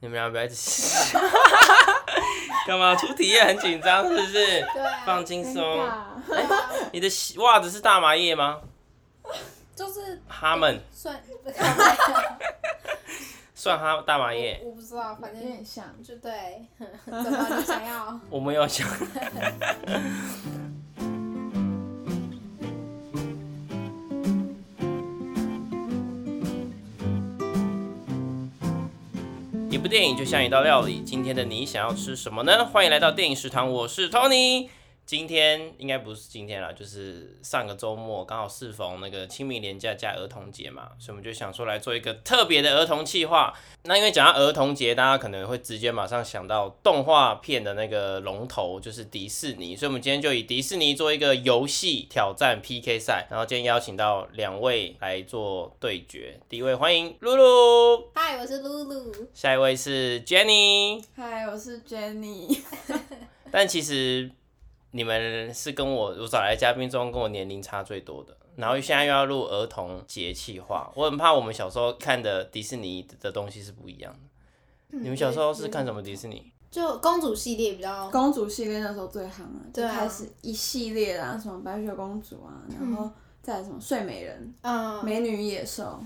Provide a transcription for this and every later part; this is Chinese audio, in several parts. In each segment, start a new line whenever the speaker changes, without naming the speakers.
你们要不要一起？ 干嘛？出题也很紧张是不是？
对啊，
放轻松。
哎
你的鞋袜子是大麻叶吗？
就是
哈们
算，
算哈大麻叶。
我不知道，反
有点
正
像，
就对，怎么你想要？
我没有想。 一部电影就像一道料理，今天的你想要吃什么呢？欢迎来到电影食堂，我是 Tony。今天应该不是今天啦，就是上个周末刚好适逢那个清明连假加儿童节嘛，所以我们就想说来做一个特别的儿童企划。那因为讲到儿童节，大家可能会直接马上想到动画片的那个龙头就是迪士尼，所以我们今天就以迪士尼做一个游戏挑战 PK 赛，然后今天邀请到两位来做对决。第一位欢迎露露，
嗨，我是露露，
下一位是 Jenny。
嗨，我是 Jenny，
但其实你们是跟我我找来的嘉宾中跟我年龄差最多的，然后现在又要录儿童节气话，我很怕我们小时候看的迪士尼的东西是不一样的。你们小时候是看什么迪士尼？
就公主系列比较
哦公主系列那时候最夯啊，就
对啊
开始一系列啦，什么白雪公主啊，然后再来什么睡美人、
嗯，
美女与野兽，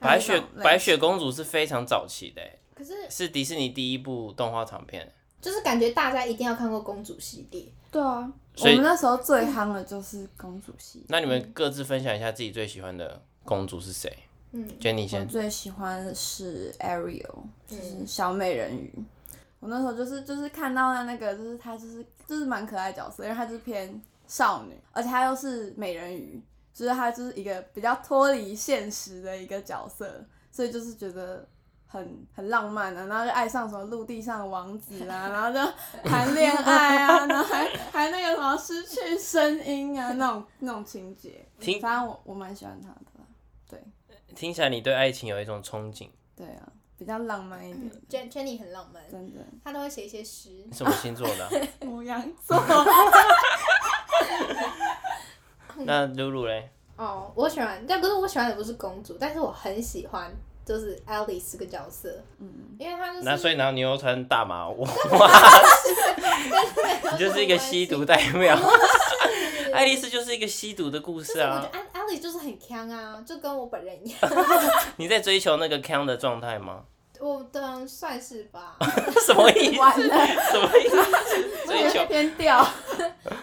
白雪
还有那种
白雪公主是非常早期的欸、
可是
是迪士尼第一部动画长片。
就是感觉大家一定要看过公主系列，
对啊，我
所以
们那时候最夯的就是公主系列。
那你们各自分享一下自己最喜欢的公主是谁
嗯，
？Jenny
我
先，
最喜欢的是 Ariel，就是小美人鱼。我那时候就是就是看到的那个，就是她就是就是蛮可爱的角色，因为她就是偏少女，而且她又是美人鱼，就是她就是一个比较脱离现实的一个角色，所以就是觉得很很浪漫啊，然后就爱上什么陆地上的王子啦、然后就谈恋爱啊，然后还还那个什么失去声音啊那种那种情节
听，
反正我我蛮喜欢她的啦，
听起来你对爱情有一种憧憬。
对啊，比较浪漫一点，
Jen Jenny 很浪漫，
真的。
她都会写一些诗
你，什么星座的啊、
母羊 座，
那露露嘞？
哦，我喜欢，但不是我喜欢的不是公主，但是我很喜欢就是 Alice 这个角色，嗯，因为她就是
那所以然后你又穿大麻，我
跟
你就是一个吸毒代表。爱丽丝就是一个吸毒的故事
我觉得
啊！
Al- Alice 就是很强啊，就跟我本人一样，
你在追求那个康的状态吗？
我的算是吧，
什么 意思？
完了，
什么意思？追求
偏掉。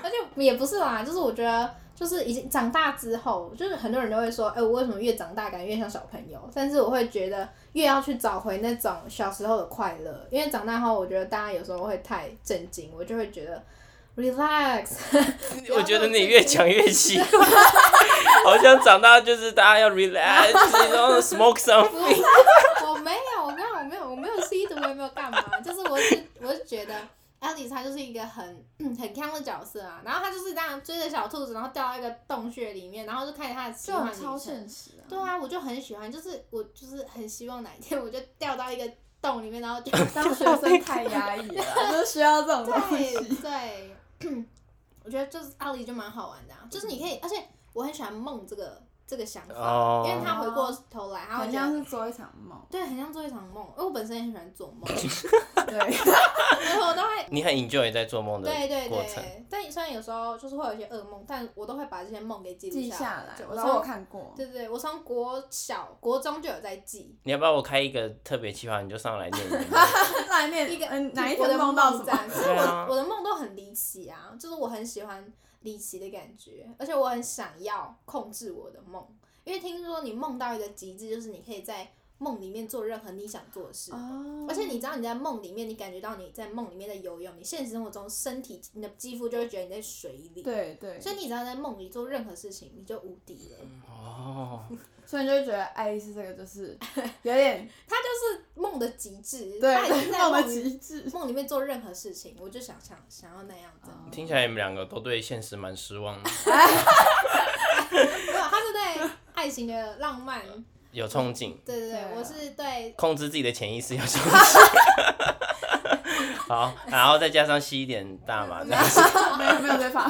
而且也不是啦，就是我觉得。就是已经长大之后，就是很多人都会说，哎、我为什么越长大感觉越像小朋友？但是我会觉得越要去找回那种小时候的快乐，因为长大后，我觉得大家有时候会太震惊，我就会觉得 relax，
我觉得你越讲越奇 怪， 好像长大就是大家要 relax，然后 smoke
不
something。
是， 我没有，我没有，我没有，我没有吸毒，我也没有干嘛，就是我是我是觉得 Alice 她就是一个很嗯很强的角色啊，然后她就是这样追着小兔子，然后掉到一个洞穴里面，然后就看见她的奇
就
幻
很
旅
超
程。
现实啊！
对啊，我就很喜欢，就是我就是很希望哪一天我就掉到一个洞里面，然后 就当
当学生太 压抑了，就需要这种东西。
对对， 我觉得就是阿里就蛮好玩的、啊，就是你可以，而且我很喜欢梦这个这个想法，
哦
因为他回过头来，他会
好
觉得
像是做一场梦，
对，很像做一场梦，因为我本身也很喜 欢做梦，
对，
然后我都会。
你很 enjoy 在做梦的
对对
过程，
对，但虽然有时候就是会有一些噩梦，但我都会把这些梦给记录
记
下
下来
就。
我
我
都有
从
看过，
对对，我从国小、国中就有在记
你要不要我开一个特别企划，你就上来念一 念？
那里面
一个
嗯哪一
我
天
的
梦到什 么？
站，所以
对啊
我我的梦都很离奇啊，就是我很喜欢离奇的感觉，而且我很想要控制我的梦，因为听说你梦到一个极致，就是你可以在梦里面做任何你想做的事。
哦
而且你知道你在梦里面，你感觉到你在梦里面在游泳，你现实生活中身体你的肌肤就会觉得你在水里，
对对，
所以你只要在梦里做任何事情，你就无敌了。
哦，
所以你就会觉得爱丽丝这个就是有点
它就是梦的极致，
对
它已经在
梦的
梦里
极致。
梦里面做任何事情，我就想想想要那样子。
哦
听起来你们两个都对现实蛮失望 的，
没有，他是对爱情的浪漫，
有憧憬，
对对
对
对，
啊
我是对
控制自己的潜意识要憧憬。 好，然后再加上吸一点大麻，这样
没有没有对法，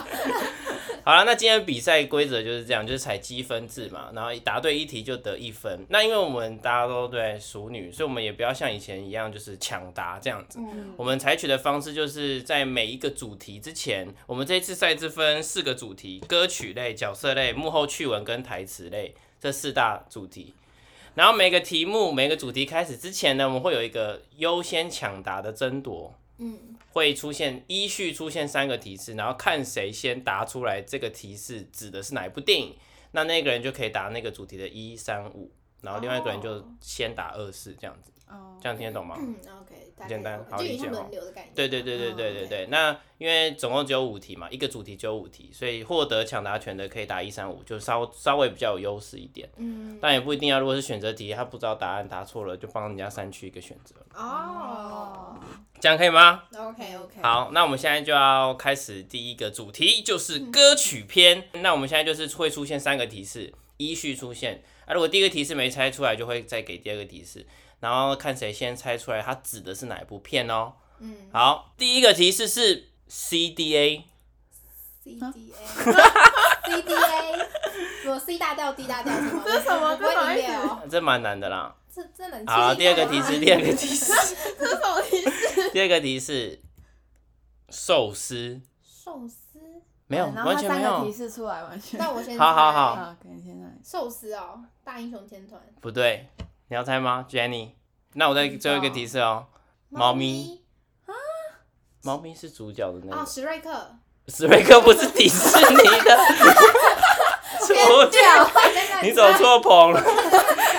好了，那今天比赛规则就是这样，就是采积分制嘛，然后答对一题就得一分。那因为我们大家都对熟女，所以我们也不要像以前一样就是抢答这样子。
嗯
我们采取的方式就是在每一个主题之前，我们这一次赛制分四个主题：歌曲类、角色类、幕后趣闻跟台词类这四大主题。然后每个题目、每个主题开始之前呢，我们会有一个优先抢答的争夺，
嗯，
会出现依序出现三个提示，然后看谁先答出来这个提示指的是哪一部电影，那那个人就可以答那个主题的一三五，然后另外一个人就
哦
先答二四这样子，
哦
这样听得懂吗？
嗯，OK，大概
简单
懂
好
就
理
有
解
点
哦
像轮流的感觉。
对对对对对对
哦
对。那因为总共只有五题嘛，一个主题只有五题，所以获得抢答权的可以打一三五，就稍稍微比较有优势一点。
嗯，
但也不一定啊要，如果是选择题，他不知道答案答错了，就帮人家删去一个选择，
哦
这样可以吗？
，OK OK，，
好，那我们现在就要开始第一个主题，就是
嗯
歌曲篇。那我们现在就是会出现三个提示，依序出现。啊，如果第一个提示没猜出来，就会再给第二个提示，然后看谁先猜出来，它指的是哪一部片哦。
嗯
好，第一个提示是 C D A，
，CDA，CDA，我 C 大调 D 大调什么的？
这是什么
不会
这什么
音
意
乐
思
哦，
这蛮难的啦。
这这
嗯
能
好，
记
第
一
二
下
个提
吗
示，第二个提示，
这是什么意思？
第二个提示，寿司
寿司，
没有，
然后
完
他
全没
三个提
有，
示出来完全。
那我先
好好
猜
好
啊，可能现在
寿司哦，大英雄天团，
不对，你要猜吗，Jenny？那我再最后一个提示哦，猫咪。猫咪是主角的那
哦，
个，
史瑞克，
史瑞克不是迪士尼 的主角，你走错棚了。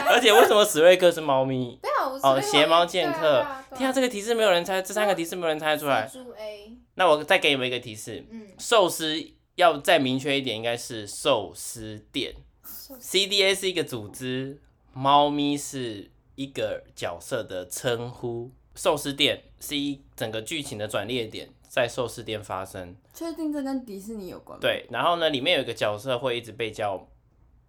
而且为什么史瑞克是猫咪？
没有，
哦，邪猫剑客。天
天
啊，这个提示没有人猜，这三个提示没有人猜出来。
猪啊 A，
那我再给你们一个提示，
嗯，
寿司要再明确一点，应该是寿司店。
寿司
CDA 是一个组织，猫咪是一个角色的称呼，寿司店是一整个剧情的转捩点，在寿司店发生。
确定这跟迪士尼有关吗？，
对，然后呢，里面有一个角色会一直被叫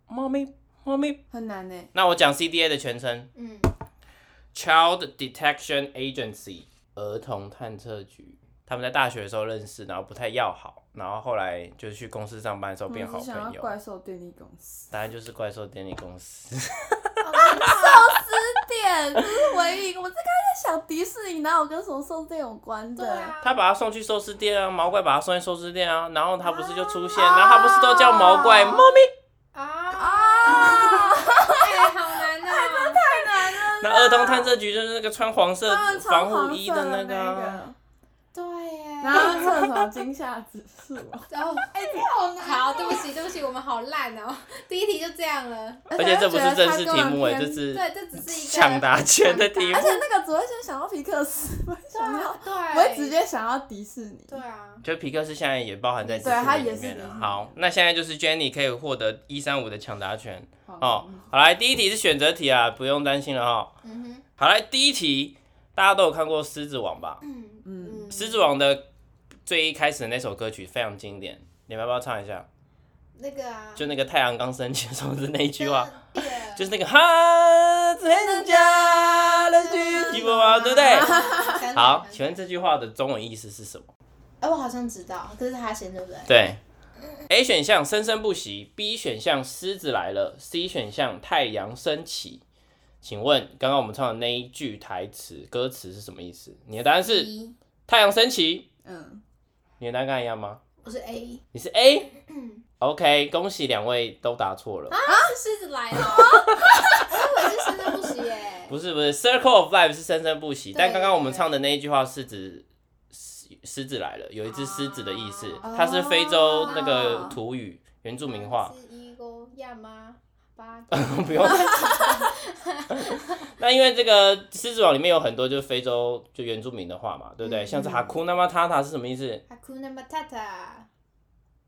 猫咪，猫咪。
很难呢。
那我讲 CDA 的全称
嗯，
，Child Detection Agency，儿童探测局。他们在大学的时候认识，然后不太要好，然后后来就是去公司上班的时候
我
变好
只想
朋
要
友。
怪兽电力公司。
答案就是怪兽电力公司。
哦啊
这哦点不是唯一，我这刚才在想迪士尼哪有跟什么兽电有关
对
的？
啊，
他把他送去寿司店啊，毛怪把他送去寿司店啊，然后他不是就出现，然后他不是都叫毛怪猫咪？
啊，
啊，
哎，好难啊，
那儿童探测局就是那个穿黄色
他们啊穿
防护
黄色
衣的那个啊。
个，
对耶，
然后测什么惊吓指数啊？
然后哎，这好难，好，对不起，对不起，我们好烂哦，第一题就这样了，
而且这不是正式题目哎，
而且他根本
这是
对，这只是一个
抢答权的题目
而。且那个只会先想到皮克斯，不会想到，
对，
不会直，接想到迪士尼。
对啊，
就皮克斯现在也包含在这
对它
里
也是
面
迪士
了。
尼
好，那现在就是 Jenny 可以获得一三五的抢答权哦
好，。嗯
好来，第一题是选择题啊，不用担心了哈。
嗯哼，
好来，第一题大家都有看过《狮子王》吧？
嗯
嗯，
狮子王的最一开始的那首歌曲非常经典，你们要不要唱一下？
那个啊，
就那个太阳刚升起的时候的那一句话，
真的，
就是那个哈，只能家人去记不完，对不 对？
对
好，请问这句话的中文意思是什么？
哎，我好像知道，可是他先对不对？
对，A 选项生生不息，B 选项狮子来了，C 选项太阳升起。请问刚刚我们唱的那一句台词歌词是什么意思？你的答案是
一，
太阳升起，
嗯，
你的答案跟我一样吗？
我是 A，
你是 A。OK，恭喜两位都答错了。
哦是狮子来了，我是生生不息耶。
不是不是，Circle of Life 是生生不息，
对
但刚刚我们唱的那一句话是指狮狮子来了，有一只狮子的意思，
哦
它是非洲那个土语原住民话，
是一个亚妈八
不用。那因为这个《狮子王》里面有很多就是非洲就原住民的话嘛，对不对？
嗯
像是哈库那 a 塔塔是什么意思？
Hakuna Matata，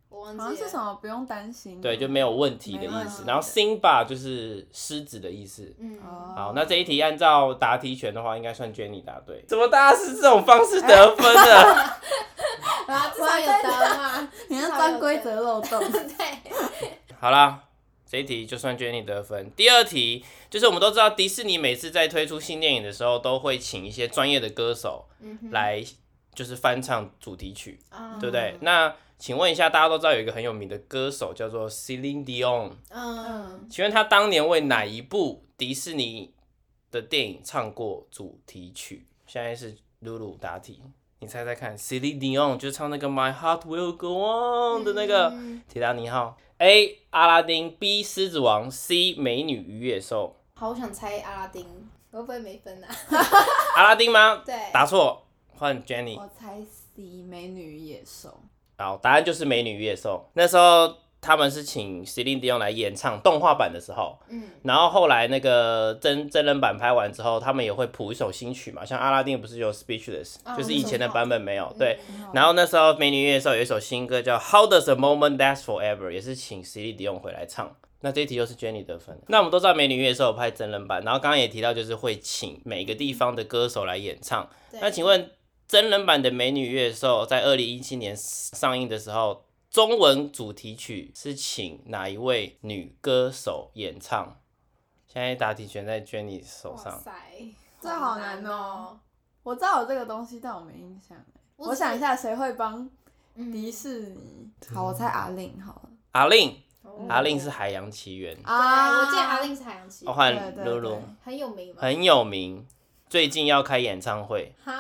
我忘
好像
记
是什
了。
么不用担心。
对，嗯就没有问题的
没
意
问
思。
题
然后 Simba 就是狮子的意思。
嗯，
哦。
好，那这一题按照答题权的话，应该算 Jenny 答对。哦怎么大家是这种方式得分的？
啊
然啊后至少有得嘛，
你要钻规则漏洞。
啊对，
好啦，这一题就算 Jenny 得分。第二题就是我们都知道，迪士尼每次在推出新电影的时候，都会请一些专业的歌手
嗯哼，
来，就是翻唱主题曲，
啊
对不对？那请问一下，大家都知道有一个很有名的歌手叫做 Celine Dion，
嗯，
请问他当年为哪一部迪士尼的电影唱过主题曲？现在是露露答题，你猜猜看，Celine Dion 就是唱那个 My Heart Will Go On 的那个
嗯
铁达尼号。A. 阿拉丁，B. 狮子王，C. 美女与野兽。
好，我想猜阿拉丁，我会不会没 分啊？
阿拉丁吗？
对，
答错，换 Jenny。
我猜 C 美女与野兽，
好，答案就是《美女与野兽》。那时候他们是请 Celine Dion 来演唱动画版的时候，
嗯，
然后后来那个真真人版拍完之后，他们也会谱一首新曲嘛，像阿拉丁不是有 Speechless，、
哦
就是以前的版本没有。对，
嗯
很好嗯
然后那时候《美女与野兽》有一首新歌叫《How Does a Moment Last Forever》，也是请 Celine Dion 回来唱。那这一题又是 Jenny 得分。那我们都知道《美女与野兽》有拍真人版，然后刚刚也提到就是会请每个地方的歌手来演唱。
对
那请问真人版的《美女与野兽》在二零一七年上映的时候，中文主题曲是请哪一位女歌手演唱？现在答题权在 Jenny 手
哇
上。
塞，
这好难哦。我知道有这个东西，但我没印象。欸
我
我
只
想一下，谁会帮
嗯
迪士尼？
嗯
好，我猜阿令好了。
阿令，
哦
阿令是《海洋哦奇缘》，
啊，我记得阿令是海洋奇
我
缘，
换
对对
露露，
对
很有名嘛。
很有名，最近要开演唱会，
哈，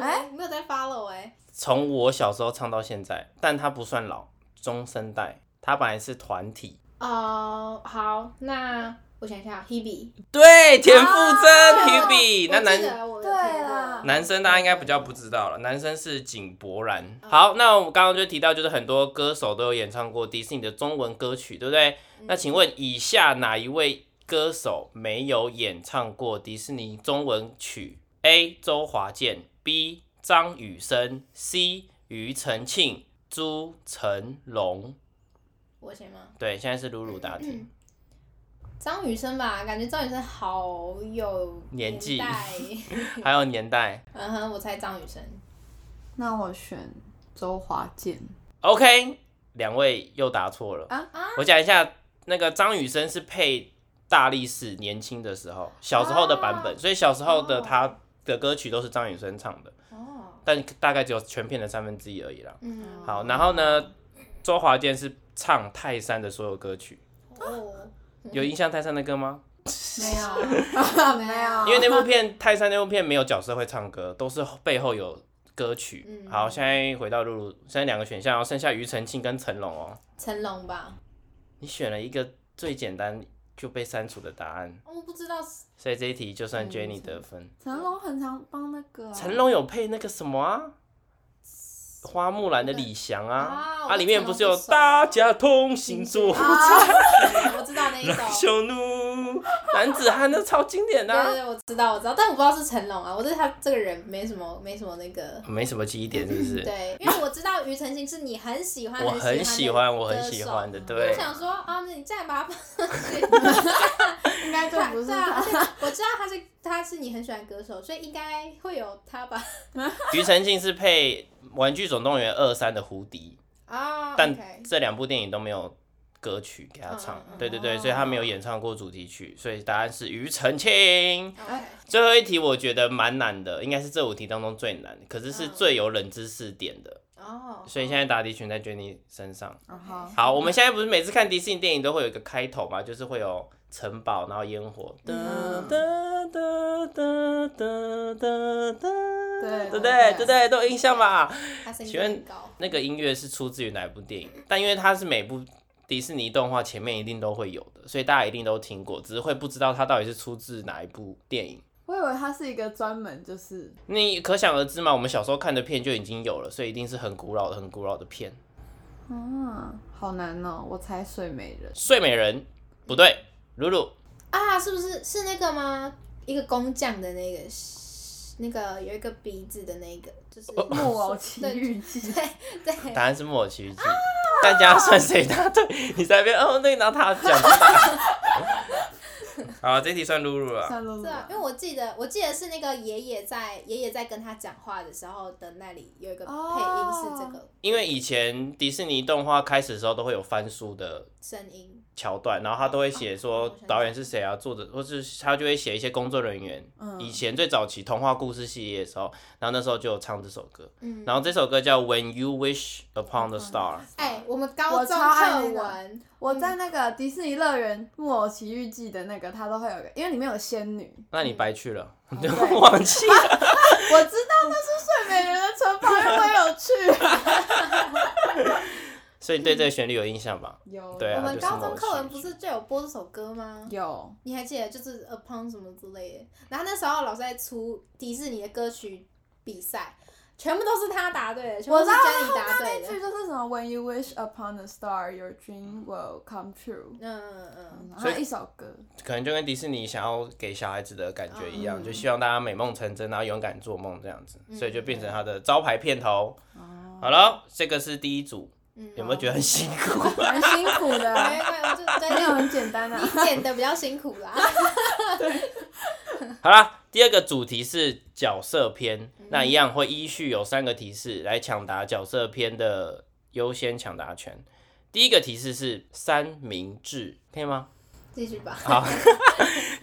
哎
没有在 follow 哎，
从我小时候唱到现在，但他不算老，中生代，他本来是团体。
哦，好，那我想一下，Hebe，
对，田馥甄
啊
h e b e 那
哦我记
男
得我有
对
听过
啦
男生大家应该比较不知道了，男生是井柏然。好，那我们刚刚就提到，就是很多歌手都有演唱过迪士尼的中文歌曲，对不对？
嗯
那请问以下哪一位歌手没有演唱过迪士尼中文曲？A. 周华健，B. 张雨生，C. 庾澄庆，朱成龙。
我先吗？
对，现在是鲁鲁答题。
张雨生吧，感觉张雨生好有
年纪
代
还有年代。
嗯哼，我猜张雨生。
那我选周华健。
OK，两位又答错了。
啊
啊
我讲一下，那个张雨生是配大力士年轻的时候，小时候的版本，
啊
所以小时候的
哦
他的歌曲都是张雨生唱的，
哦，
但大概只有全片的三分之一而已啦。
嗯，
好，然后呢，周华健是唱泰山的所有歌曲，
哦，
有印象泰山的歌吗？
没有，没有。
嗯
因为那部片泰山那部片没有角色会唱歌，都是背后有歌曲。
嗯
好，现在回到露露，现在两个选项哦，然后剩下庾澄庆跟成龙哦。
成龙吧，
你选了一个最简单就被删除的答案，
哦我不知 道是
所以这一题就算
嗯
Jenny
成
得分。
成龙很常帮那个啊
成龙有配那个什么啊，花木兰的李翔
啊
啊，
我
啊里面
成龙
不是有
不熟
大家同行做
啊，我知道那一
狼
首。
匈奴，男子汉那超经典的
对对
啊，
对，我知道我知道，但我不知道是成龙啊，我对他这个人没什么没什么那个。
没什么记忆点是不是？
对，因为我知道庾澄庆是你很嗯喜欢，
我很
很
喜
欢
欢，
的
我很
歌
喜
手
欢的，
我
对。
想说啊，那你再把它放上去，
应该就不是
对啊， 而
他。
且我知道他是他是你很喜欢的歌手，所以应该会有他吧？
庾澄庆是配《玩具总动员二三》的胡迪，
啊，
但这两部电影都没有歌曲给他唱
嗯嗯，嗯
对对
哦
对，所以他没有演唱过主题曲，所以答案是庾澄庆。
啊 OK，
最后一题我觉得蛮难的，应该是这五题当中最难，可是是最有冷知识点的，
嗯哦，
所以现在答题权在 Jenny 身上。
然后
好，我们现在不是每次看迪士尼电影都会有一个开头嘛，就是会有城堡，然后烟火，哒
嗯
哒哒哒哒哒哒，
对
对不对？
对
对不对？都有印象吧？
他声音
请问
很高，
那个音乐是出自于哪一部电影？但因为它是每部迪士尼动画前面一定都会有的，所以大家一定都听过，只是会不知道它到底是出自哪一部电影。
我以为他是一个专门就是
你可想而知嘛，我们小时候看的片就已经有了，所以一定是很古老的、很古老的片。
嗯
啊，好难哦，我猜睡美 人。
睡美人不对，露露
啊，是不是是那个吗？一个工匠的那个，那个有一个鼻子的那个，就是
哦
《木偶奇
对
遇记》
对，
答案是木偶奇遇记。大家算谁答对？你在那边哦，那个拿他讲不打。 好，这题算露露了。
算露露
是啊
吧，
因为我记得，我记得是那个爷爷在爷爷在跟他讲话的时候的那里有一个配
哦
音是这个
因为以前迪士尼动画开始的时候都会有翻书的
声音，
桥段，然后他都会写
哦我
说
想起来
导演是谁啊，作者或是他就会写一些工作人员。
嗯
以前最早期童话故事系列的时候，然后那时候就有唱这首歌，
嗯，
然后这首歌叫《When You Wish Upon the Star》。
哎、我们高
我
中
超爱
课
那个啊
文，
我在那
嗯
个迪士尼乐园《木偶奇遇记》的那个，它都会有一个，因为里面有 仙女。
那你白去了，
哦
你就
对
忘记 了。
我知道那是睡美人的城堡，又很有趣。
所以你对这个旋律有印象吧？
有
对啊
我们
就是
高
某
中课文
些
不是就有播这首歌吗？
有，
你还记得就是 upon 什么之类的，然后那时候老师在出迪士尼的歌曲比赛，全部都是他答对的，全部
我
都
知
是
道
珍妮
他
答
那
对
一
的。
句就是什么 “When you wish upon a star, your dream will come true”，
嗯嗯嗯，
然
所
后
以
一首 歌。
可能就跟迪士尼想要给小孩子的感觉一样，
嗯
就希望大家美梦成真，然后勇敢做梦这样子，
嗯
所以就变成他的招牌片头。
哦，
好了，这个是第一组，
嗯
有没有觉得很辛苦？
蛮辛苦
没
的，啊
有，就 对，
没有很简单啊。
你剪的比较辛苦啦。
好啦，第二个主题是角色篇，
嗯
那一样会依序有三个提示来抢答角色篇的优先抢答权。第一个提示是三明治，可以吗？
继续吧。
好。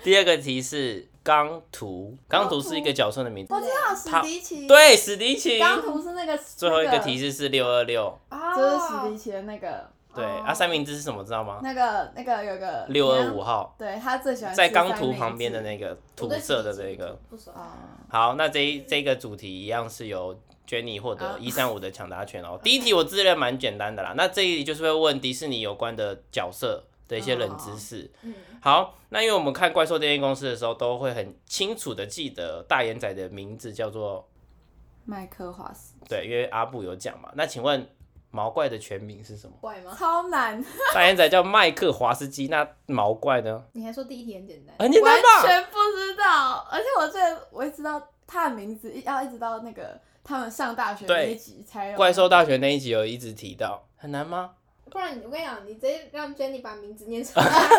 第二个提示钢图，钢图是一个角色的名字
我，知道史迪奇，
对，史迪奇。
刚图是那个啊
最后一个
那
提示啊是六二六，
哦
就是史迪奇的那个
对，
哦
啊，三明治是什么知道吗？
那个那个有个
六二五，号，
对他最喜欢
在
吃
钢
三
图
明
旁边的
治
那个
我
土
对
色的
史
这
迪奇
个。
不熟。
啊，
好，那这一这个主题一样是由 Jenny 获得一三五的抢答权哦。 第一题我自认蛮简单的啦，那这一题就是会问迪士尼有关的角色的一些冷知识。
嗯，？
哦
好，那因为我们看《怪兽电影公司》的时候，都会很清楚的记得大眼仔的名字叫做
麦克华斯
对，因为阿布有讲嘛。那请问毛怪的全名是 什么
怪吗？
超难，
大眼仔叫麦克华斯基，那毛怪呢？
你还说第一题很简单。
很简单
完
吧？
全不知道，而且我记得我一直到他的名字，一要一直到那个他们上大学那
对
一集才有
怪兽大学那一集有一直提到，很难吗？
不然你我跟你讲，你直接让 Jenny 把名字念出来。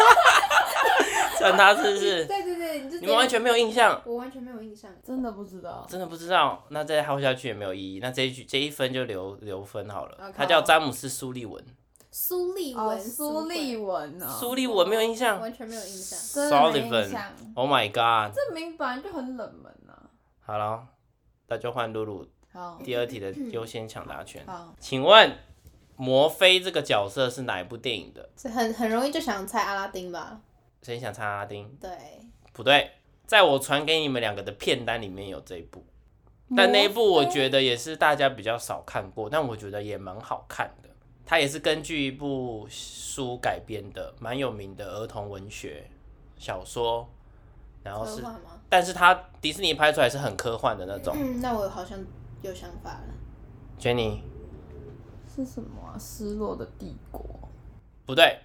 算他啊是不 是？
对对对，你就直接
你们完全没有印象，
我完全没有印象。
真的不知道，
真的不知道。那再耗下去也没有意义。那这一局这一分就留留分好了
OK。
他叫詹姆斯·苏利文，
苏立
哦，
文，
苏立文哦，
苏利文没有印象。
完全没有印象。
真的没印
Sullivan
象，
Oh my god！
这名本来就很冷门啊。
好了，那就换露露
好，
第二题的优先抢答权。
好，
请问摩菲这个角色是哪一部电影的？
是很很容易就想猜阿拉丁吧？
谁想猜阿拉丁？
对，
不对，在我传给你们两个的片单里面有这一部，但那一部我觉得也是大家比较少看过，但我觉得也蛮好看的。它也是根据一部书改编的，蛮有名的儿童文学小说，然后
科
是，
幻吗？
但是它迪士尼拍出来是很科幻的那种。
嗯，那我好像有想法了。
Jenny，
是什么啊、失落的帝国
不对，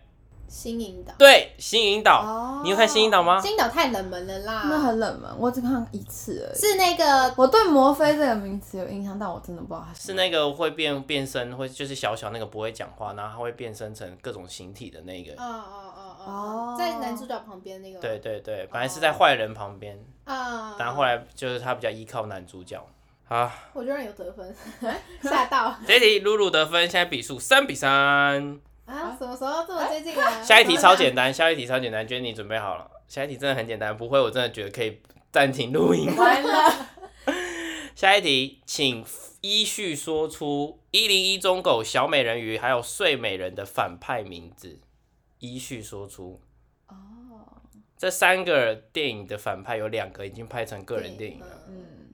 新引导，
对，啊新引导，
哦
你有看新引导吗？
新引导太冷门了啦。
那很冷门，我只看一次而已。
是那个
我对摩菲这个名词有印象，但我真的不知道它
是那个会变变身，会就是小小那个不会讲话，然后它会变身成各种形体的那个。
哦哦哦
哦
哦，在男主角旁边那个吗，
对对
哦
对，本来是在坏人旁边，
啊，
但后来就是他比较依靠男主角。好，
我居然有得分， 吓到
这一题露露得分，现在比数三比三。
啊！什么时候这么接近 啊？
下一题超简单，下一题超简单，Jenny 准备好了。下一题真的很简单，不会我真的觉得可以暂停录音。
完了，
下一题，请依序说出一零一中狗、小美人鱼还有睡美人的反派名字，依序说出。
哦，
这三个电影的反派有两个已经拍成个人电影啊了，
嗯
嗯，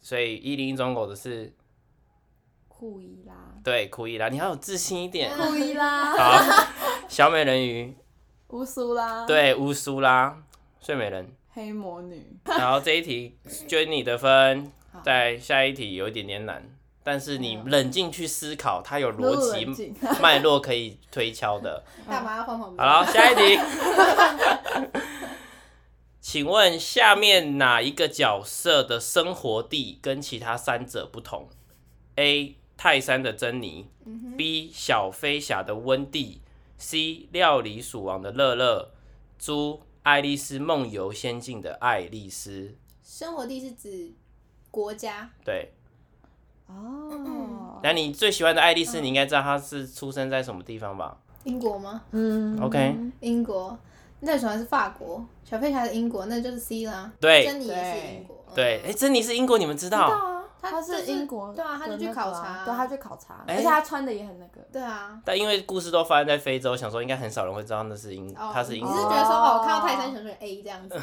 所以一零一中狗的是
库伊拉，
对库伊拉，你要有自信一点。
嗯
库伊 拉，
好，小美人鱼
乌苏拉，，
对乌苏拉睡美人，
黑魔女，
然后这一题 Jenny 的分
好，
在下一题有一点点难，但是你冷静去思考，它有
露露
逻
冷
辑
静
脉络可以推敲 的。
干嘛要放
好
旁边？
了，下一题，请问下面哪一个角色的生活地跟其他三者不同？A. 泰山的珍妮，B. 小飞侠的温蒂，C. 料理鼠王的乐乐，猪爱丽丝梦游仙境》的爱丽丝，
生活地是指国家，
对。
哦，
嗯
那你最喜欢的爱丽丝，你应该知道她是出生在什么地方吧
英国吗？
嗯
？OK，
英国。那喜欢是法国，小佩霞是英国，那就是 C 啦。
对
珍妮也是英国。
哎
嗯
对，哎，珍妮是英国，你们知
嗯，知
道？
道啊，
哦他
他
是英国的
对
那个
啊，
啊，
他就去考察，
对，他去考察，
哎
而且他穿的也很那个。
对啊。
但因为故事都发生在非洲，想说应该很少人会知道那是英，
哦，
她是英
你是
国嗯
觉
的，
得说哦，我看到泰山小学 A 这样子，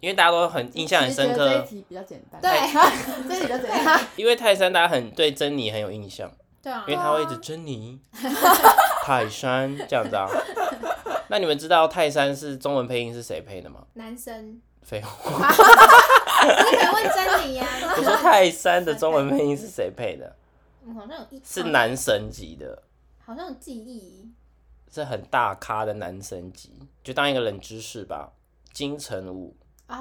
因为大家都很印象很深
其实觉得
刻
这一，题比较简单，
对，
这一题比较简单。
因为泰山大家很对珍妮很有印象，
对啊
因为，她会一直珍 妮、泰山这样子啊。那你们知道泰山是中文配音是谁配的吗？
男生，
废话，
你可以问 珍妮呀，啊
我说泰山的中文配音是谁配的？
我好像有一
是，男神级的，
好像有记忆，
是很大咖的男神级，就当一个冷知识吧。金城武，
哦，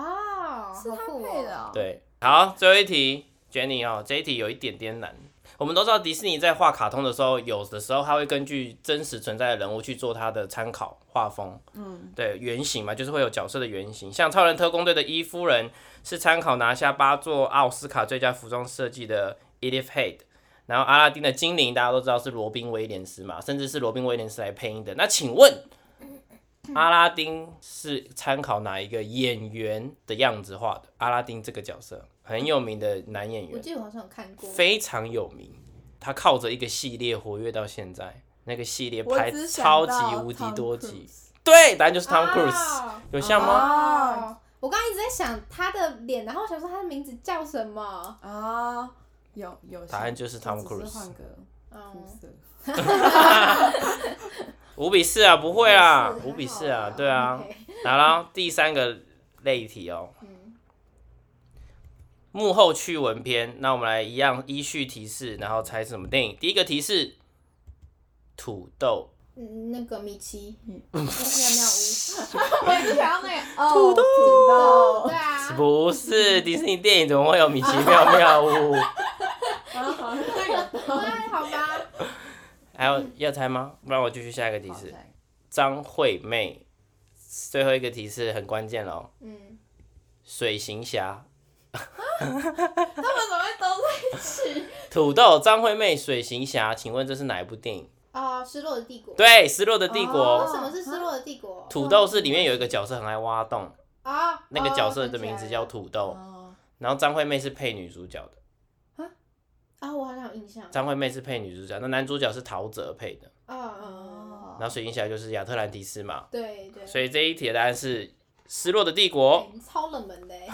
是他
好酷哦
配的哦。
对，好，最后一题，Jenny 哦，这一题有一点点难。我们都知道迪士尼在画卡通的时候，有的时候它会根据真实存在的人物去做它的参考画风，嗯，对，原型嘛，就是会有角色的原型。像《超人特工队》的伊夫人是参考拿下八座奥斯卡最佳服装设计的 Edith Head，然后阿拉丁的精灵大家都知道是罗宾威廉斯嘛，甚至是罗宾威廉斯来配音的。那请问阿拉丁是参考哪一个演员的样子画的？阿拉丁这个角色很有名的男演
我
员，
记得我好像有看过，
非常有名。他靠着一个系列活跃到现在，那个系列
我
拍
只想
超
到
级无敌
Tom
多集
Cruise。
对，答案就是 Tom Cruise，、
哦
有像吗？
哦，我刚刚一直在想他的脸，然后我想说他的名字叫什么，
啊，有有。
答案就是 Tom
只
Cruise
是换个肤
嗯，
色。
五比四啊，不会啊，
还
五比
好
四啊
啦，
对啊。
OK 嗯
好了，第三个类题哦，幕后趣闻篇。那我们来一样依序提示，然后猜是什么电影。第一个提示，土豆。
嗯，那个 米奇，
嗯
嗯，妙妙屋，
我也是想要那个哦，
土
土豆
对啊，
不是迪士尼电影，怎么会有米奇妙妙屋？
然后好像那个
哎，好吧，
还有要猜吗？不然我继续下一个提
好
示。
再
张惠妹，最后一个提示很关键喽，
嗯，
水行侠。
他们怎么会都在一起？
土豆、张惠妹、水行侠，请问这是哪一部电影？
哦，失落的帝国，
对，《失落的帝国》
为
哦
什么是失落的帝国？
土豆是里面有一个角色很爱挖洞，
啊，
那个角色的
哦
名字叫土豆，
哦，
然后张惠妹是配女主角的，
啊，我好像有印象，
张惠妹是配女主角，那男主角是陶喆配的，
哦哦，
然后水晶侠就是亚特兰蒂斯嘛，
对对，
所以这一题的答案是《失落的帝国》。
哎超冷门的，哎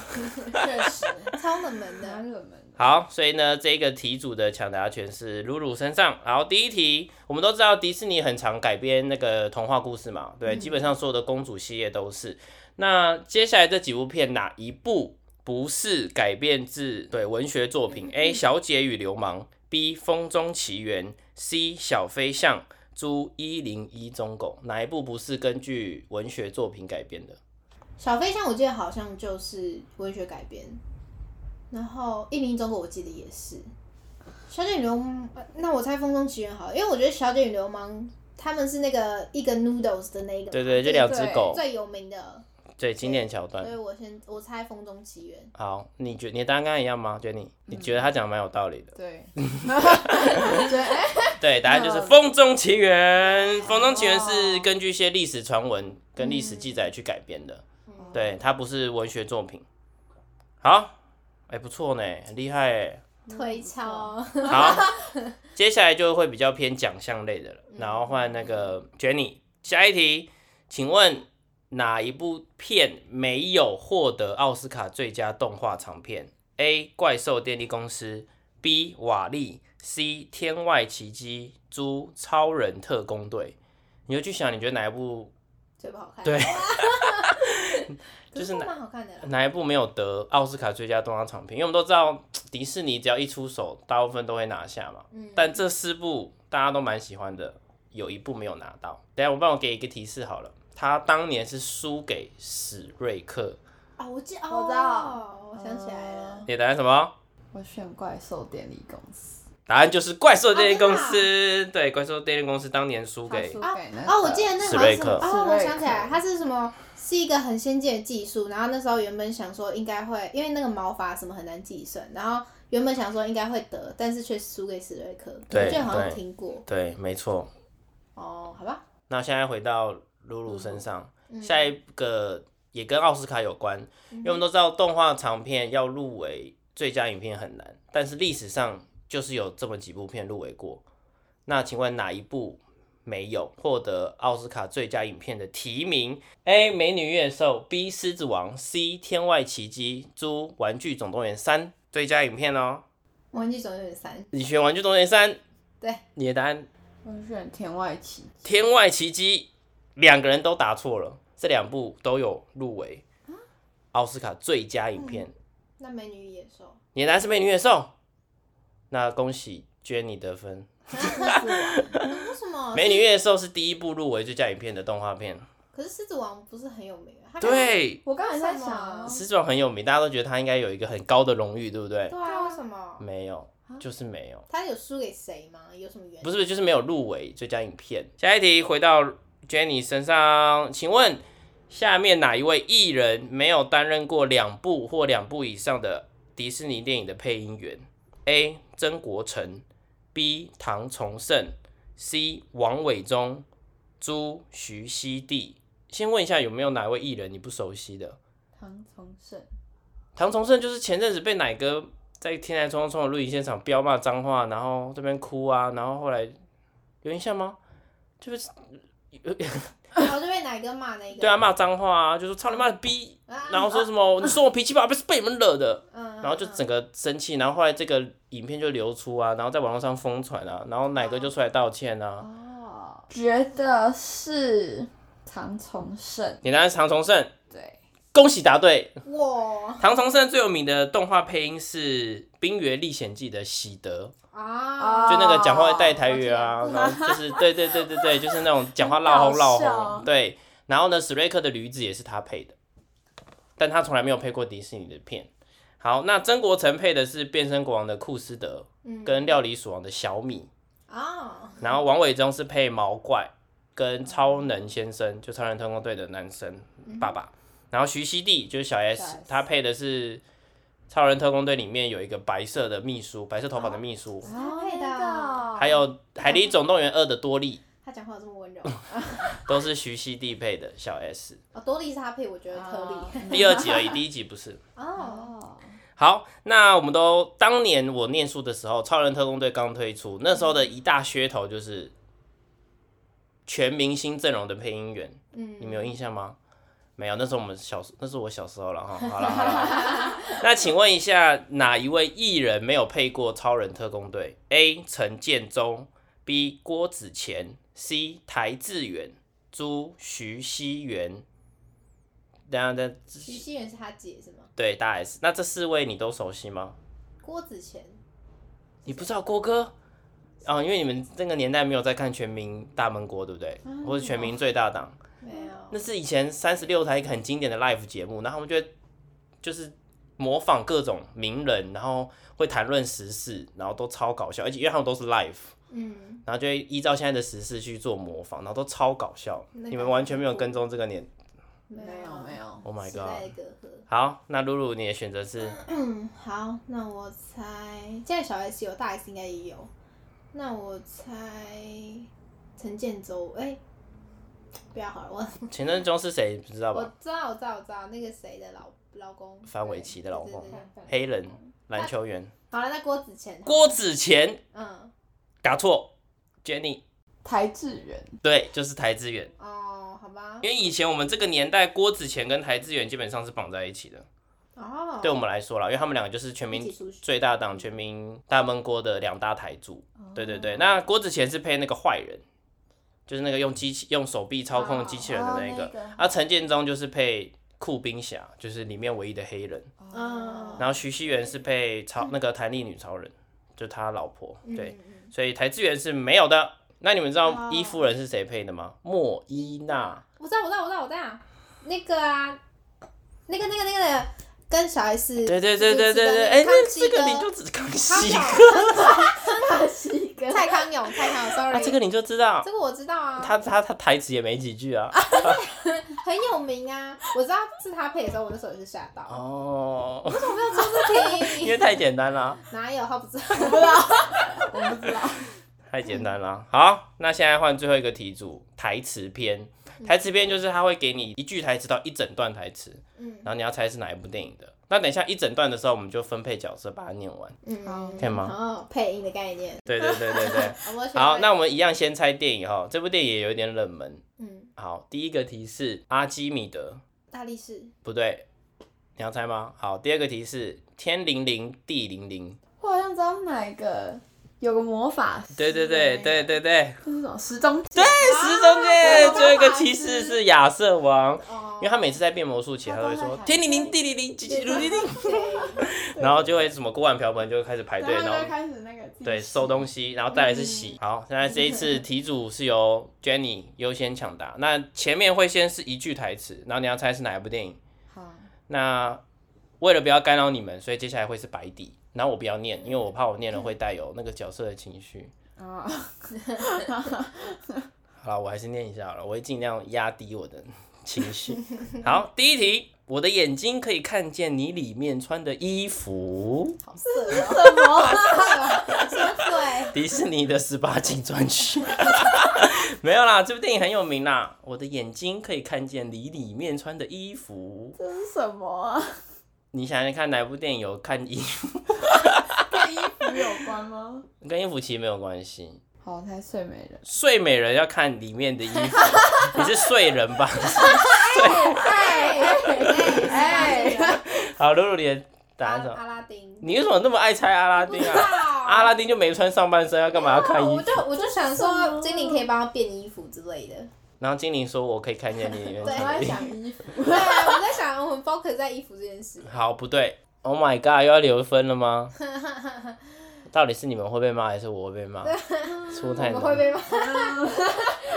确实
超冷门的，
蛮冷门的。
好，所以呢，这个题组的抢答权是露露身上。然后第一题，我们都知道迪士尼很常改编那个童话故事嘛，对，基本上所有的公主系列都是。那接下来这几部片哪一部不是改编自对文学作品？A. 小姐与流氓，B. 风中奇缘，C. 小飞象，猪一零一忠狗，哪一部不是根据文学作品改编的？
小飞象我记得好像就是文学改编，然后《一零一中国》我记得也是。小姐与流氓，呃那我猜《风中奇缘》好了，因为我觉得《小姐与流氓》他们是那个一个 noodles 的那一个，
对对，这
最
两只狗，
最有名的，
对，经典桥段
所。以我先我猜《风中奇缘》。
好，你觉你的答案跟他一样吗？觉得你你觉得他讲的蛮有道理的。
对，我觉得哎，
对，答案就是《风中奇缘》。《风中奇缘》是根据一些历史传闻跟历史记载去改编的，
嗯
对，它不是文学作品。好，哎、不错呢，很厉害哎。
嗯推敲，
好，接下来就会比较偏奖项类的了，然后换那个 Jenny。下一题，请问哪一部片没有获得奥斯卡最佳动画长片？A. 怪兽电力公司，B. 瓦力，C. 天外奇迹，猪超人特工队。你就去想，你觉得哪一部
最不好看。
对
可
就是
是
哪
蛮好看的啦。
哪一部没有得奥斯卡最佳动画长片？因为我们都知道嗯迪士尼只要一出手，大部分都会拿下嘛。
嗯
但这四部大家都蛮喜欢的，有一部没有拿到。等一下我帮我给一个提示好了，他当年是输给史瑞克。
啊，我记哦，
我知道
我想起来了。
你的答案什么？
哦我选怪兽电力公司，
答案就是怪兽电力公
啊
司。对，怪兽电力公司当年输
他
给
输给那个
哦，我记得那
哎史
好像
瑞
是
克
哦，我想起来，他是什么是一个很先进的技术。然后那时候原本想说应该会，因为那个毛发什么很难计算，然后原本想说应该会得，但是却输给史瑞克。
对
我记得好像有
对
听过。
对，没错。
哦，好吧，
那现在回到露露身上，
嗯
下一个也跟奥斯卡有关，因为我们都知道动画长片要入围最佳影片很难，但是历史上就是有这么几部片入围过。那请问哪一部没有获得奥斯卡最佳影片的提名？A. 美女与野兽，B. 狮子王，C. 天外奇迹，猪玩具总动员三最佳影片哦。
玩具总动员三，
你选玩具总动员三，
对，
你的答案
我选天外 奇迹。
天外奇迹，两个人都答错了，这两部都有入围奥斯卡最佳影片。
那美女与野 兽，
你的答案是《美女野兽》，那恭喜娟你得分，
嗯为什么？
《美女野兽》是第一部入围最佳影片的动画片。
可是狮子王不是很有名啊？它感觉
对，
我刚才在
什
想啊
么
狮子王很有名，大家都觉得他应该有一个很高的荣誉，对不对
对？啊，为什么？
没有，就是没有，
他有输给谁吗？有什么原因？
不是，不是就是没有入围最佳影片。下一题回到 Jenny 身上，请问下面哪一位艺人没有担任过两部或两部以上的迪士尼电影的配音员？A. 曾国成，B. 唐崇盛，C. 王伟忠，朱徐熙娣。先问一下有没有哪位艺人你不熟悉的？
唐崇盛，
唐崇盛就是前阵子被奶哥在《天台冲冲冲》的录影现场彪骂脏话，然后这边哭啊，然后后来有印象吗？就是
然后就被哪一个骂哪一个？
对啊，骂脏话啊，就说操你妈的逼，
啊
然后说什么你说我脾气不好，不是被你们惹的，
嗯，
然后就整个生气，然后后来这个影片就流出啊，然后在网络上疯传啊，然后奶哥就出来道歉啊。
哦，觉得是唐崇盛，
你答案是唐崇盛，
对，
恭喜答对。
嗯哇
唐崇盛最有名的动画配音是《冰原历险记》的喜德。
啊，
就那个讲话会带台语啊
哦，我知道
然后就是对对对对对， 就是那种讲话闹哄闹
很搞笑
哄，对。然后呢，史瑞克的驴子也是他配的，但他从来没有配过迪士尼的片。好，那曾国成配的是《变身国王》的库斯德，
嗯
跟《料理鼠王》的小米，
啊，
然后王伟忠是配毛怪跟超能先生，就超人特工队的男生爸爸。然后徐熙娣就是小 S，,
小 S
他配的是超人特工队里面有一个白色的秘书，白色头发的秘书。
哦那个
还有《海底总动员二》的多利
他讲话有这么温柔
都是徐熙娣配的小 S，
哦，多利是他配，我觉得
哦
特厉
第二集而已，第一集不是。
哦，
哦，
好，那我们都当年我念书的时候，《超人特工队》刚推出，那时候的一大噱头就是全明星阵容的配音员，
嗯
你们有印象吗？没有，那时候我们小，那是我小时候了哈。好了好了，那请问一下，哪一位艺人没有配过《超人特工队》？A. 陈建州，B. 郭子乾，C. 台志远，朱徐熙媛。等一下，等一
徐
下
熙媛是他姐是吗？
对大 S，那这四位你都熟悉吗？
郭子乾，
你不知道郭哥？啊，因为你们那个年代没有在看《全民大闷锅》，对不对？或者《全民最大党》？
没有，
那是以前三十六台一个很经典的 live 节目，然后他们就会就是模仿各种名人，然后会谈论时事，然后都超搞笑，而且因为他们都是 live，
嗯，
然后就会依照现在的时事去做模仿，然后都超搞笑。
那个
你们完全没有跟踪这个年
嗯
没有没有，
，Oh my
时代的
god！
隔阂。
好，那露露你的选择 是
嗯， 好，那我猜，现在小 S 有，大 S 应该也有，那我猜陈建州，哎、不要好了，我
前任中是谁？不知道
我
吧？
知道，我知道，我知道那个谁的老老公，
范玮琪的老
对
公
对对对
黑人篮球员
好了，那郭子乾，
郭子乾，
嗯，
答错，Jenny
台志远，
对，就是台资源。
哦，好吧
因，为以前我们这个年代，郭子乾跟台志远基本上是绑在一起的，
哦，
对我们来说啦，因为他们两个就是全
一
民
起出去
最大党、全民大闷锅的两大台柱。
哦
对对对，那郭子乾是配那个坏人，就是那个用机器用手臂操控机器人的那
哦哦
个
那个，
啊，陈建忠就是配酷冰侠，就是里面唯一的黑人，
嗯
然后徐熙媛是配超那个弹力女超人，就他老婆，对，
嗯，嗯
所以台志远是没有的。那你们知道
哦
伊夫人是谁配的吗？莫伊娜。
我知道，我知道，我知道，我知道，那个啊，那个那个那个那个跟小 S，
对对对对对对，哎、
康
那
熙
这个
哥
你就只康熙
康
哥
熙哥
他是一个
康蔡康永，蔡康永，sorry，、
啊，这个你就知道
这，个我知道啊，
他他他台词也没几句啊。
很有名啊，我知道是他配的时候，我那时候也是吓到，
哦，
为什么没有周志
因
平？
为太简单了，
哪有？他不知道，我不知道，
我不知道。
太简单了。好，那现在换最后一个题组，台词篇。台词篇就是他会给你一句台词到一整段台词，
嗯
然后你要猜是哪一部电影的。那等一下一整段的时候，我们就分配角色把它念完。
嗯，
可以吗
哦，配音的概念，
对对对对对。
我喜欢
好，那我们一样先猜电影哈，这部电影也有一点冷门。
嗯，
好，第一个题是阿基米德，
大力士，
不对，你要猜吗？好，第二个题是天灵灵地灵灵，
我好像知道是哪一个，有个魔法师，
对对对对对哎对，
这是什么时钟？
对，时钟
对
界最后一个
魔法
提示
师
是亚瑟王，
哦
因为，他每次在变魔术前，
他
他会
都会
说
喊
天灵灵地灵灵，叽叽噜叮叮，
对
然后就会什么锅碗瓢盆就会开始排队，
然后就
然后
开始那个自己
对
洗
收东西，然后再来是洗。好，现在这一次题组是由 Jenny 优先抢答，那前面会先是一句台词，然后你要猜是哪一部电影。
好，
那为了不要干扰你们，所以接下来会是白底，然后我不要念，因为我怕我念了会带有那个角色的情绪。
啊，
好了，我还是念一下好了，我会尽量压低我的情 绪。好，第一题，我的眼睛可以看见你里面穿的衣服，
好色哦，什么什么鬼？
迪士尼的十八禁专区。 没有啦，这部电影很有名啦。我的眼睛可以看见你里面穿的衣服，
这是什么啊？
你想想看，哪部电影有看衣服？
跟衣服有关吗？
跟衣服其实没有关系。
好，我猜睡美人。
睡美人要看里面的衣服，你是睡人吧？
哎哎哎，
好，露露你的答
阿
案是什么？
阿拉丁，
你为什么那么爱猜阿拉丁啊？阿拉丁就没穿上半身，要干嘛要看衣
我
服？
就 我就想说，精灵可以帮他变衣服之类 的。
然后精灵说：“我可以看见你里面
我
穿
在
的衣服。
想衣服，
对，啊我在想，我们 focus 在衣服这件事”。
好，不对，Oh my god，又要留分了 吗？到底是你们会被骂，还是我会被 骂？出
我
太
们会
难。
被骂，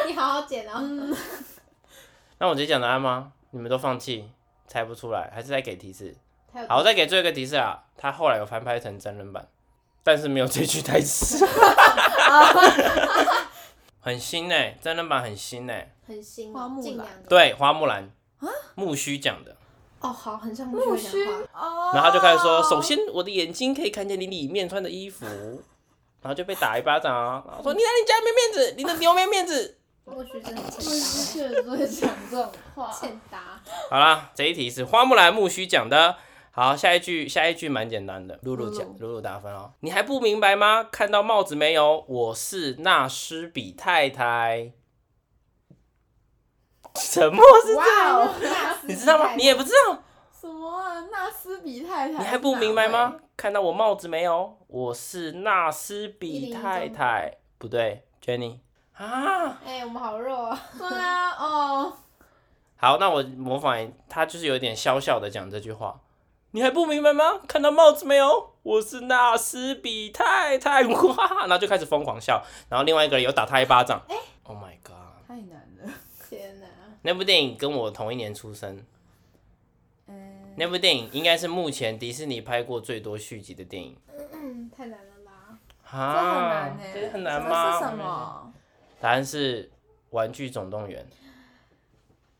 你好好剪哦。
那我直接讲答案吗？你们都放弃，猜不出来，还是再给提示？
还有
好，我再给最后一个提示啊，他后来有翻拍成真人版，但是没有这句台词。 很新呢、真人版很新呢、
很新
花
哦，
木兰
近两年。
对，花木兰木须讲的，
哦，好，很像
木
木须
须
会讲话。
哦。
然后他就开始说，首先我的眼睛可以看见你里面穿的衣服，然后就被打一巴掌啊，然后说你拿你家没面子，你的牛没面子。
木须真的很
木
欠
须确实会讲这种话
打，。欠打。
好啦，这一题是花木兰木须讲的。好，下一句，下一句蛮简单的，露露讲，露露打分哦。你还不明白吗？看到帽子没有？我是纳斯比太太。什么是？
哇哦，
纳斯
你知道吗？
太
你也不知道，
什么啊？纳斯比太太？
你还不明白吗？？看到我帽子没有？我是纳斯比太太，不对，Jenny 啊。
哎、我们好弱啊！
对啊，哦，
好，那我模仿他，就是有点小小的讲这句话。你还不明白吗？看到帽子没有？我是纳斯比太太，哇！ 然后就开始疯狂笑，然后另外一个人又打他一巴掌。Oh my god！
太难了。
天哪，
那部电影跟我同一年出生，
嗯，
那部电影应该是目前迪士尼拍过最多续集的电影
嗯，太难了啦！
这很
啊
难呢。
这很难吗？
这是什么？
答案是《玩具总动员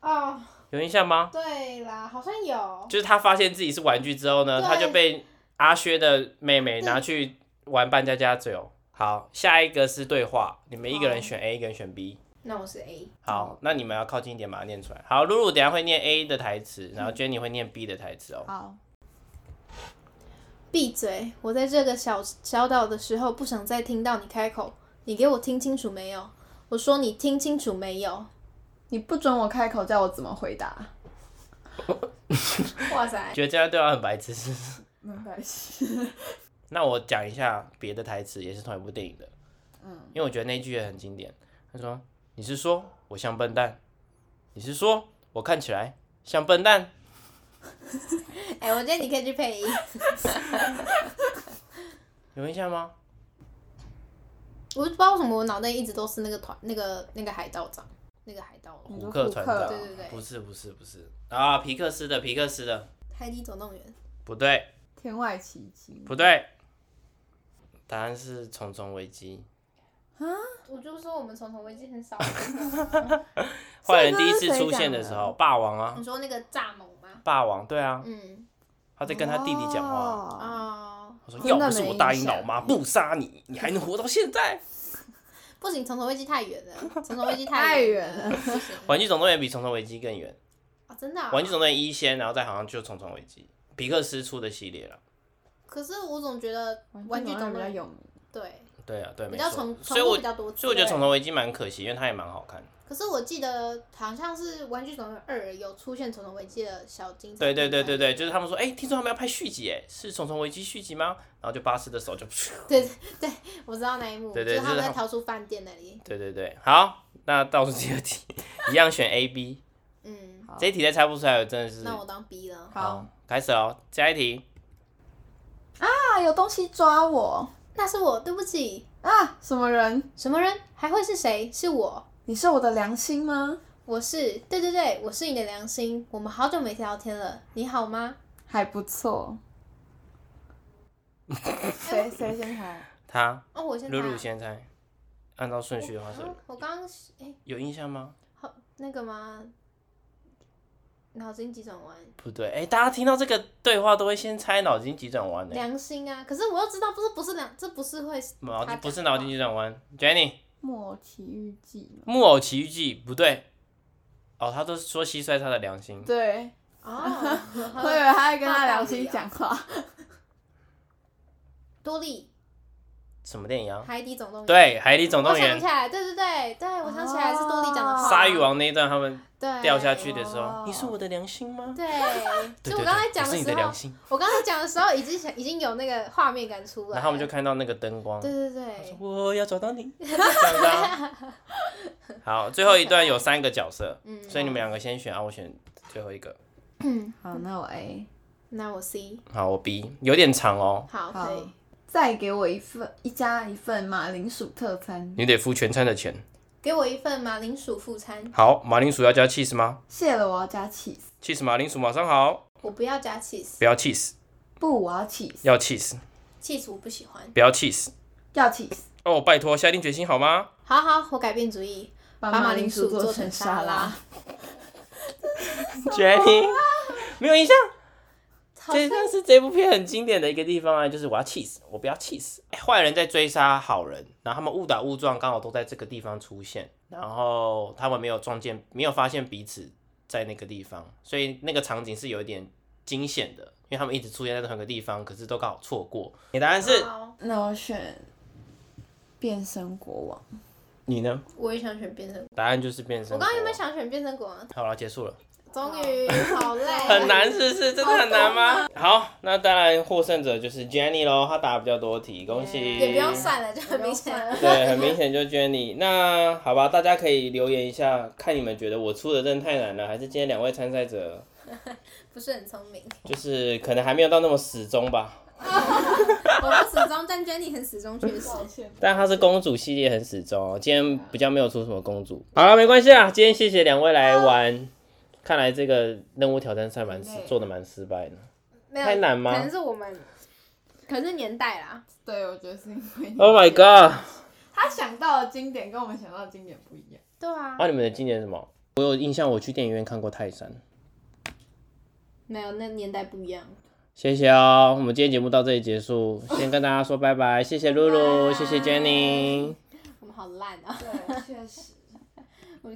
哦，》，
有印象吗？
对啦，好像有，
就是他发现自己是玩具之后呢，
对
他就被阿薛的妹妹拿去玩扮家家酒。好，下一个是对话，你们一个人选 A，一个人选 B。
那我是 A，
好，那你们要靠近一点，把它念出来。好，露露等一下会念 A 的台词，然后 Jenny 会念 B 的台词哦。
好，
闭嘴！我在这个小小岛的时候，不想再听到你开口，你给我听清楚没有？我说你听清楚没有？
你不准我开口，叫我怎么回答？
哇塞，
觉得这样对话很白痴， 是不是？
明白是。
那我讲一下别的台词，也是同一部电影的，
嗯，
因为我觉得那句也很经典。他说：“你是说我像笨蛋？你是说我看起来像笨蛋？”
哎、我觉得你可以去配音，
有印象吗？
我不知道为什么我脑袋一直都是那个团，那个那个海盗长，那个海盗王
你
胡
说
克
胡
船
克
长，
对对对
不是不是不是啊，皮克斯的皮克斯的，
海底总动员，
不对
天外奇迹。
不对，答案是《重重危机》。
我就说我们虫虫危机 很少。
坏人第一次出现的时候，霸王啊，
你说那个蚱蜢吗？
霸王，对啊，
嗯
他在跟他弟弟讲话。
哦
哦，
他说：“
真
要
的
不是
没
我答应
印象
老妈不杀你，你还能活到现 在。
不行，虫虫危机太远了，虫虫危机
太
远
远
了
了，
不行”
玩具总动员比《虫虫危机》更远，
啊，真的啊
《玩具总动员》一先，然后再好像就《虫虫危机》，皮克斯出的系列了。
可是我总觉得玩具总
比
动
较
员
有名，
对
对啊，对，
比
没
较
错
重。重
所以
复
我
比较多次，
所以我觉得《虫虫危机》蛮可惜，因为它也蛮好看。
可是我记得好像是《玩具总动员二》有出现《虫虫危机》的小精。
对对对对对，就是他们说，哎、听说他们要拍续集，哎，是《虫虫危机》续集吗？然后就巴斯的手就，
对对，我知道那一幕，
对对
就是他们
就是
在
他
逃出饭店那里。
对对对，好，那倒数第二题，一样选 A B，
嗯，
好
这一题再猜不出来，我真的是
那我当 B 了。
好，
开始喽，下一题，
啊，有东西抓我
那是我，对不起。
啊！什么人？
什么人？还会是谁？是我。
你是我的良心吗？
我是对对对，我是你的良心。我们好久没聊天了，你好吗？
还不错。 谁谁先猜？
他
哦，我现在
露露先猜，按照顺序的话是
啊我刚刚是哎，
有印象吗？
好那个吗？脑筋急转弯，
不对，哎、大家听到这个对话都会先猜脑筋急转弯的，
良心啊！可是我又知道，不是不是良，这不是会
脑
他
不是
讲
脑
话
筋急转弯，Jenny，《
莫奇遇记吗
木偶奇遇记》不对，哦，他都说蟋蟀他的良心，
对，
哦
我以
啊
为他在跟他良心讲话。
多利
什么电影啊？
海底总动员。
对，《海底总动
我想
员哦
起》。来，对对对对，我想起来是多利讲的话。
鲨鱼王那一段，他们
对
掉下去的时候
哦，
你是我的良心吗？
对，
对
就 我
对
刚才
对
讲
我是你的
时候
良，心。
我刚才讲的时候已经想已经有那个画面感出来了，
然后我们就看到那个灯光，
对对对，
我要找到你。这样子啊 好，最后一段有三个角 色，
嗯，
所以你们两个先选啊，我选最后一个。
好，那我 A，
那我 C
好，我 B 有点长哦，
好
好
可以，
再给我一份一加一份马铃薯特餐，
你得付全餐的钱。
给我一份马铃薯副餐，
好，马铃薯要加 cheese 吗
谢了，我要加 cheese，
？cheese 马铃薯马上好，
我不要加 cheese，cheese
不要 cheese，
不，我要 cheese，
要 cheese，
我不喜欢。
不要 cheese。
要 cheese，
哦，拜托，下定决心好吗？
好好，我改变主意，
把
把马
马
铃
铃
薯
薯
做
做
成
成
沙
沙
拉
拉。
Jenny，没有印象。
好
这
像
但是这部片很经典的一个地方啊，就是我要气死，我不要气死。哎坏人在追杀好人，然后他们误打误撞，刚好都在这个地方出现，然后他们没有撞见，没有发现彼此在那个地方，所以那个场景是有一点惊险的，因为他们一直出现在同一个地方，可是都刚好错过。你答案是
好
那我选变身国王，
你呢？
我也想选变身果，
答案就是变身。
我刚刚原本？想选变身果，
好了，结束了，
终于 好累，
很难，是不是？真的很难吗？
啊
好，那当然获胜者就是 Jenny 喽，她答比较多题，恭喜。
嗯也不用算了，就很明显
不用算了
对，很明显就是 Jenny。那好吧，大家可以留言一下，看你们觉得我出的真的太难了，还是今天两位参赛者
不是很聪明。
就是可能还没有到那么死忠吧？
我不始终，但 Jenny 很始终，确实。
但她是公主系列很死忠哦，今天比较没有出什么公主。好了，没关系啊，今天谢谢两位来玩。看来这个任务挑战赛蛮失做的蛮失败的，
没 有
太难吗
可能是我们，可能是年代啦。
对，我觉得是因为
？Oh my god！
他想到的经典跟我们想到的经典不一样。
对啊
那、，你们的经典是什么？我有印象，我去电影院看过《泰山》。
没有那年代不一样。
谢谢哦，我们今天节目到这里结束，先跟大家说拜拜，谢谢露露，谢谢 Jenny。
我们好烂啊。
对，确实。